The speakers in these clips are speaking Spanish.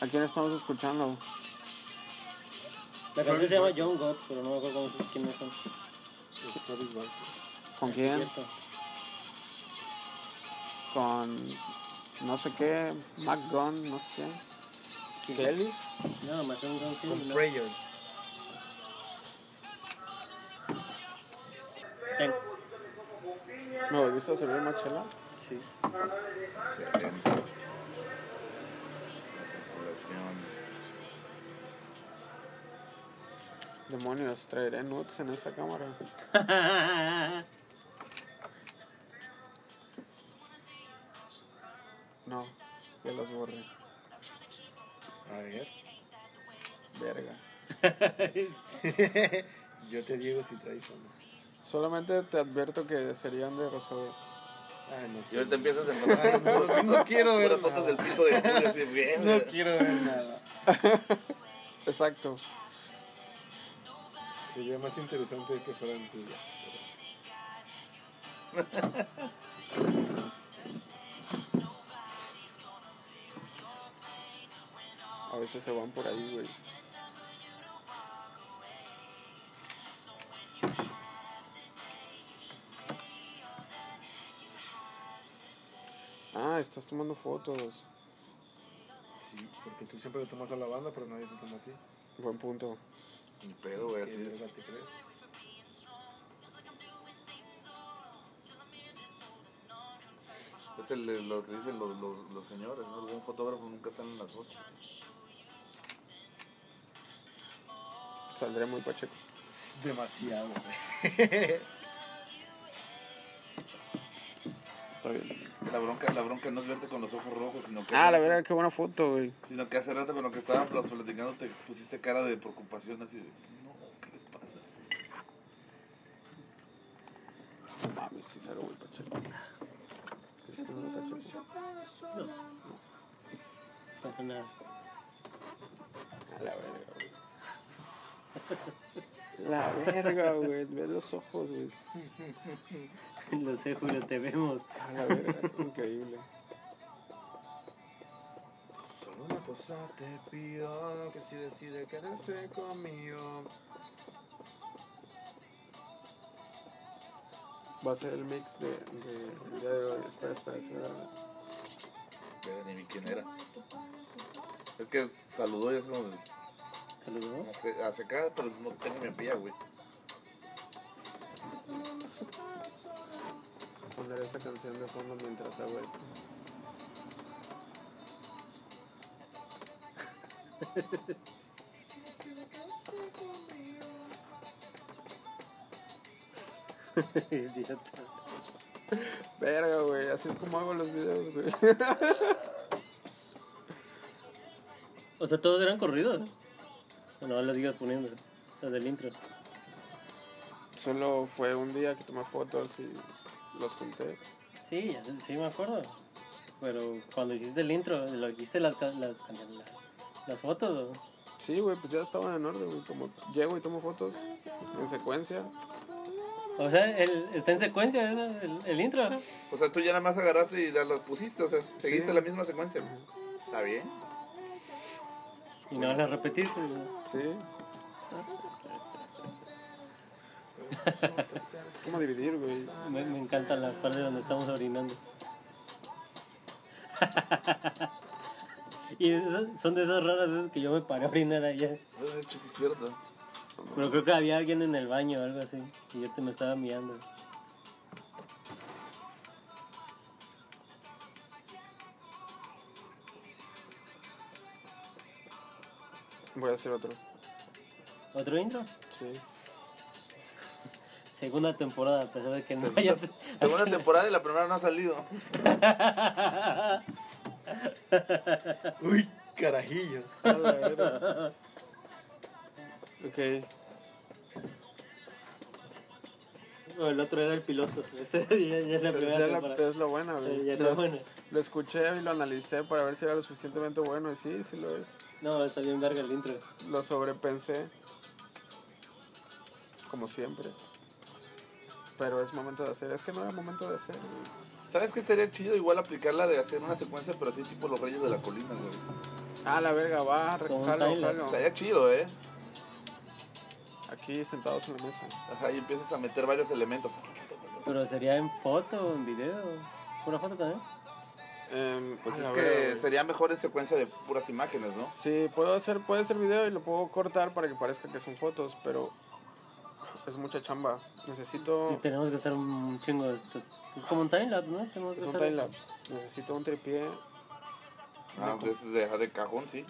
¿A quién estamos escuchando? La canción se llama John Gods, pero no me acuerdo cómo se- quiénes son. Es Travis Barker. ¿Con Es quién? cierto. Con no sé qué, Mac Gunn, no sé qué. ¿Quién? Kelly. No, más John Gods. sí, Con no. Prayers. Ten. ¿Me volviste a servir machela? Excelente. La población. Demonios, traeré nuts en esa cámara. No, ya las borré. A ver. Verga. Yo te digo si traes o no. Solamente te advierto que serían de Rosario. Ah, no. Y ahorita quiero. empiezas a encontrar No, no quiero ver puras nada. fotos del pito de Julio así, bien. No quiero ver nada. Exacto. Sería más interesante que fueran tuyas. pero- A veces se van por ahí, güey. Ah, estás tomando fotos. Sí, porque tú siempre le tomas a la banda, pero nadie te toma a ti. Buen punto. Ni pedo, güey, Pues así ¿Qué es. mierda te crees? Es el, de lo que dicen los, los, los señores, ¿no? El buen fotógrafo nunca sale en las ocho. Saldré muy pacheco. Es demasiado, güey. Está bien. La bronca, la bronca no es verte con los ojos rojos, sino que... Ah, la verdad, qué buena foto, güey. Sino que hace rato con lo que estaban plas- platicando te pusiste cara de preocupación así de... No, ¿qué les pasa? No Mames, sí salgo muy pacheco. Sí, sí, salgo muy pacheco. Pues nada. A Ah, la verga, güey. La verga, güey. Ve los ojos, güey. Lo sé, Julio, te vemos. A Ah, la verga, increíble. Solo una cosa te pido, que si decide quedarse conmigo. Va a ser el mix de, de, del día de hoy. Espera, espera, espera. Pero ni vi quién era. Es que saludó y es como... de, Saludos. Hacia, hacia acá, pero no tengo mi pilla, güey. Poner esa canción de fondo mientras hago esto. Idiota. Verga, güey. Así es como hago los videos, güey. O sea, todos eran corridos. O no los ibas poniendo. Los del intro. Solo fue un día que tomé fotos y los junté. Sí, ya- sí me acuerdo. Pero cuando hiciste el intro, lo hiciste las ca- las, can- las, las fotos. ¿no? Sí, güey, pues ya estaban en orden, güey. Como llego y tomo fotos en secuencia. O sea, el, está en secuencia ¿no? el, el intro. O sea, tú ya nada más agarraste y ya las pusiste, o sea, seguiste Sí. la misma secuencia. güey. Está bien. Y no las repetiste. ¿no? Sí. Es como dividir, güey. Me, me encanta la parte donde estamos orinando. y esas- son de esas raras veces que yo me paré a orinar allá. Ah, De hecho, sí es cierto. Pero creo que había alguien en el baño o algo así. Y yo te me estaba mirando. Voy a hacer otro. ¿Otro intro? Sí. Segunda temporada, a pesar de que no haya... Segunda temporada y la primera no ha salido. Uy, carajillos. A la verga. Ok. No, el otro era el piloto. Este ya, ya es la Pero primera ya la- temporada. Eh, es lo bueno, güey. Ya es lo lo, es- bueno. lo escuché y lo analicé para ver si era lo suficientemente bueno. Y sí, sí lo es. No, está bien verga el intro. Lo sobrepensé. Como siempre. Pero es momento de hacer. Es que no era momento de hacer, güey. ¿Sabes qué estaría chido? Igual aplicarla de hacer una secuencia, pero así tipo los Reyes de la Colina, güey. Ah, la verga, va, Como un jalo, Tyler. jalo. Estaría chido, ¿eh? Aquí sentados en la mesa. Ajá, y empiezas a meter varios elementos. Pero sería en foto, en video. ¿Pura foto también? Em, Pues a es la que verga, güey. sería mejor en secuencia de puras imágenes, ¿no? Sí, puedo hacer, puede hacer video y lo puedo cortar para que parezca que son fotos, pero es mucha chamba. Y Necesito tenemos que gastar un chingo de... Es como un timelapse, ¿no? Tenemos que es un gastar- timelapse, necesito un tripié Ah, entonces dejar de cajón, sí.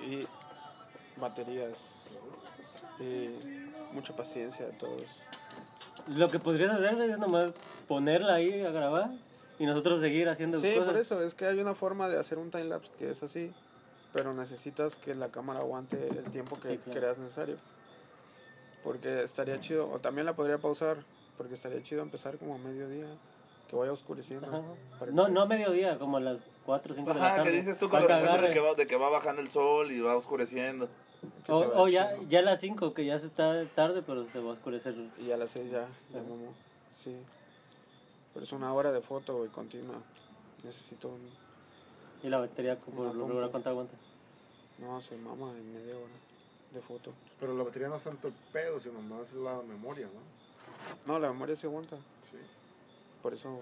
y baterías y mucha paciencia de todos. Lo que podrías hacer es nomás ponerla ahí a grabar y nosotros seguir haciendo Sí, cosas. por eso es que hay una forma de hacer un timelapse que es así, pero necesitas que la cámara aguante el tiempo que Sí, claro. creas necesario. Porque estaría chido, o también la podría pausar, porque estaría chido empezar como a mediodía, que vaya oscureciendo. Ajá. para que No, se- no a mediodía, como a las 4 o 5 de la Ajá, tarde. que dices tú para con la que secuencia de agarre. que, va, de que va bajando el sol y va oscureciendo. que O, se vea o ya, chido. ya a las 5, que ya se está tarde, pero se va a oscurecer. Y a las 6 ya, ya Ajá. mamó. Sí. Pero es una hora de foto, güey, continua. Necesito un... Y la batería, como Una lo compu. logra cuánto aguanta. No, se mama en media hora de foto. Pero la batería no es tanto el pedo, sino más la memoria, ¿no? No, la memoria se aguanta. Sí. Por eso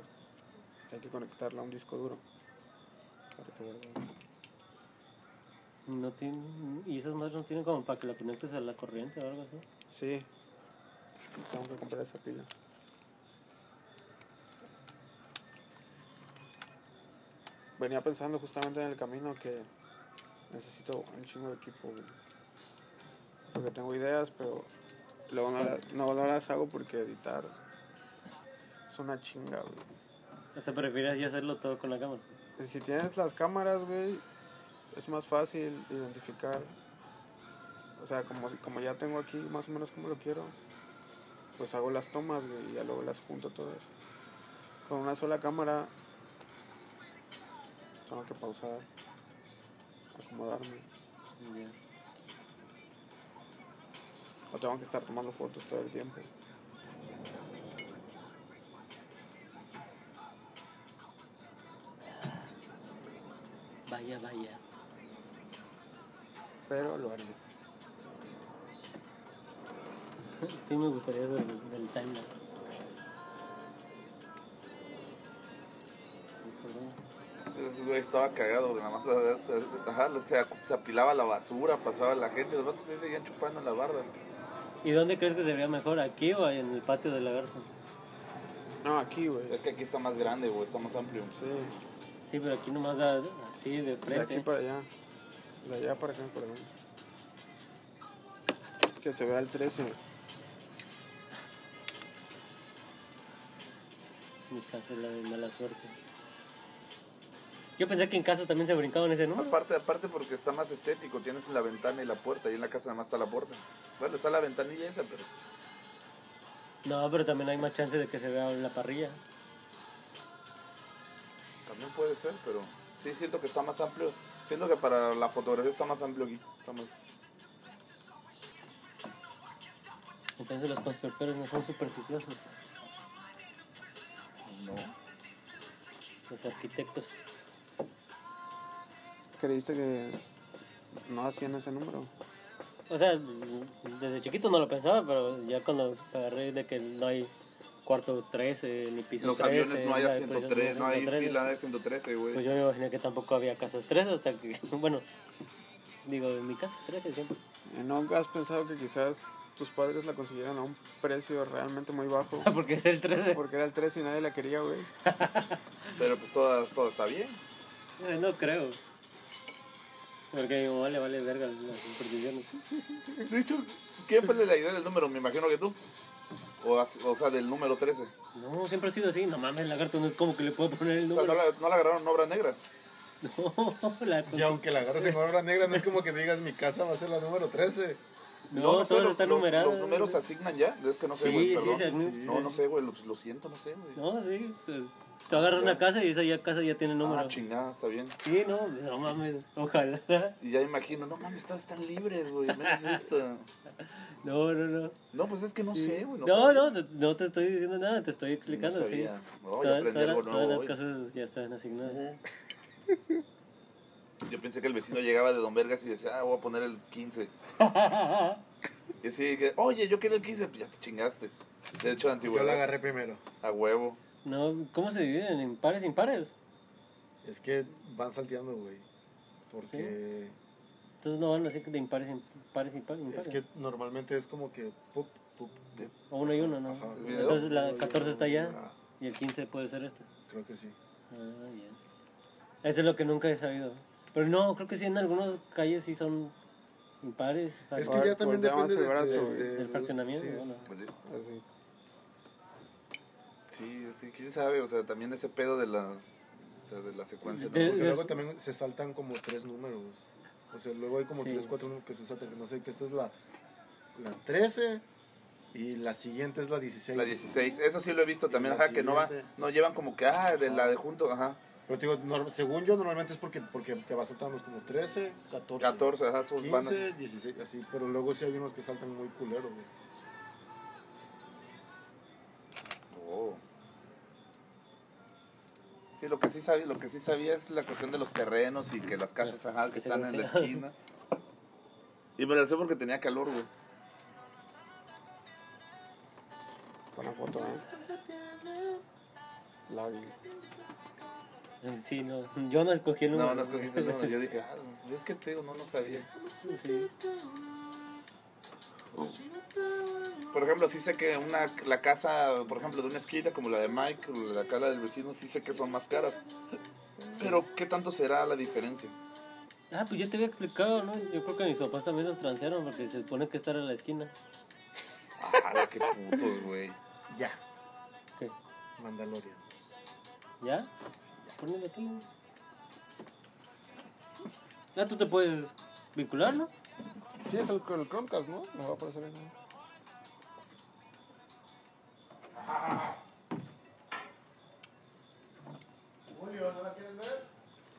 hay que conectarla a un disco duro. Para que guarde. No tiene, y esas madres no tienen como para que la conectes a la corriente o algo así. Sí. Tengo que comprar esa pila. Venía pensando justamente en el camino que necesito un chingo de equipo. güey. Porque tengo ideas, pero luego no, la- no las hago porque editar es una chinga, güey. O sea, prefieres ya hacerlo todo con la cámara. Y Pues Si tienes las cámaras, güey, es más fácil identificar. O sea, como, como ya tengo aquí más o menos como lo quiero, pues hago las tomas, güey, y ya luego las junto todas. Con una sola cámara, tengo que pausar, acomodarme, Ya. o tengo que estar tomando fotos todo el tiempo. Vaya, vaya. Pero lo haré. Sí, me gustaría eso del, del timelapse. Ese güey estaba cagado, porque nada más se- se- ajá, se, se apilaba la basura, pasaba la gente, los vatos ahí seguían chupando en la barda. ¿Y dónde crees que sería mejor? ¿Aquí o en el patio del lagarto? No, aquí, güey. Es que aquí está más grande, güey, está más amplio. Sí, Sí, pero aquí nomás da así de de aquí frente. para allá. De allá para acá, perdón. Que se vea el 13. Mi casa es la de mala suerte. Yo pensé que en casa también se brincaban ese número. Aparte, aparte porque está más estético, tienes la ventana y la puerta, y en la casa nada más está la puerta. Bueno, está la ventanilla esa, pero... No, pero también hay más chance de que se vea en la parrilla. También puede ser, pero sí siento que está más amplio. Siento que para la fotografía está más amplio aquí. Está más... Entonces los constructores no son supersticiosos, No. los arquitectos. Creíste que no hacían ese número. O sea, desde chiquito no lo pensaba, pero ya cuando agarré de que no hay cuarto 13 ni piso Los 13, aviones no hay la de piso A103, no hay 113, fila de 113, Pues güey. yo me imaginé que tampoco había casas 13 hasta que, bueno, digo, en mi casa es 13 siempre. ¿Y ¿No has pensado que quizás tus padres la consiguieran a un precio realmente muy bajo? Porque es el 13. Porque era el 13 y nadie la quería, güey. Pero pues todo, todo está bien. Eh, No creo. Porque a mi mamá le vale verga las supersticiones. De hecho, ¿quién fue la idea del número? Me imagino que tú. O, as- o sea, del número 13. No, siempre ha sido así. No mames, lagarto no es como que le puedo poner el O sea, número. no la, no la agarraron en obra negra. No, la Y aunque la agarres en obra negra, no es como que digas mi casa va a ser la número 13. No, No, todos sé, los- están lo- numerados. Los números se asignan ya. Es que no sé, Sí, güey, sí, perdón. se asignan. no, no sé, güey, lo, lo siento, no sé, güey. No, sí. pues, tú agarras una casa y esa ya casa ya tiene número. ah, chingada, está bien. sí, no, no mames. Ojalá. Y ya imagino, no mames, todas están libres, güey, menos esta. No, no, no. No, pues es que no sé, güey. No, sabía. no, no, te estoy diciendo nada, te estoy explicando. No sí. sabía. No, yo Todas- aprendí todas- algo todas nuevo las hoy. casas ya están asignadas. Ujú. Yo pensé que el vecino llegaba de Don Vergas y decía, ah, voy a poner el 15. Y así, que, oye, yo quiero el 15. Pues ya te chingaste. De hecho, Yo la antigüedad. agarré primero. A huevo. No, ¿cómo se dividen? ¿En pares, impares? Es que van salteando, güey. Porque Entonces no van así de impares, impares, impares. es impares. que normalmente es como que pup, pup, pup. O uno y uno, ¿no? Ajá. Ah. Es video. Entonces la 14 está allá y el 15 puede ser este. Creo que sí. Ah, bien. Eso es lo que nunca he sabido. Pero no, creo que sí en algunas calles sí son impares. Es Ah, que ya Ahora también volteamos depende el de, brazo, de- güey. de- del fraccionamiento. sí. bueno. Pues sí. Así. Sí, sí, quién sabe, o sea, también ese pedo de la, o sea, de la secuencia, ¿no? De- Porque de- luego también se saltan como tres números. O sea, luego hay como Sí. tres, cuatro números que se saltan. que No sé, que esta es la, la 13 y la siguiente es la 16. La 16, eso sí lo he visto también, Y la ajá, que no va, siguiente. no llevan como que, ah, de la de junto, ajá, Pero te digo, norm- según yo, normalmente es porque, porque te vas saltando es como 13, 14, 14, ajá, sus Pues van así. 15, 16, así. Pero luego sí hay unos que saltan muy culero, güey. Oh. Sí, lo que sí sabía, lo que sí sabía es la cuestión de los terrenos y que las casas, ajá, que Que se están en la voltean. esquina. Y me la sé porque tenía calor, güey. Con la foto, ¿eh? La vi. Eh, Sí, no, yo no escogí el número. No, no escogí ese número, yo dije, ah, es que te digo, no, no sabía. Sí. Por ejemplo, sí sé que una, la casa, por ejemplo, de una esquina como la de Mike o la casa del vecino, sí sé que son más caras. Pero, ¿qué tanto será la diferencia? Ah, pues yo te había explicado, ¿no? Yo creo que mis papás también los transearon porque se supone que estar en la esquina. Ah, qué putos, güey. Ya, ¿Qué? Mandalorian. ¿Ya? Ponle aquí. Ya Ah, tú te puedes vincular, ¿no? Sí, es el, el Chromecast, ¿no? No va a aparecer ahí, ¿no?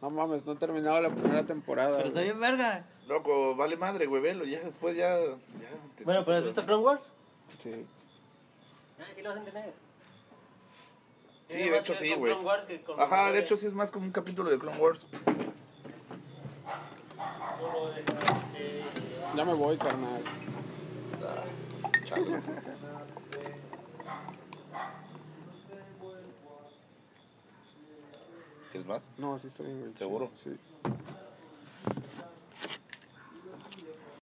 No mames, no he terminado la primera temporada. Pero está güey. bien verga. Loco, vale madre, güey, velo, ya después ya... ya te- Bueno, pero ¿has visto Clone Wars? Sí. Ah, sí lo vas a entender. Sí, de hecho sí, güey. Ajá, de hecho sí es más como un capítulo de Clone Wars. Ya me voy, carnal. ¿Quieres más? No, sí estoy bien, güey. ¿Seguro? Sí.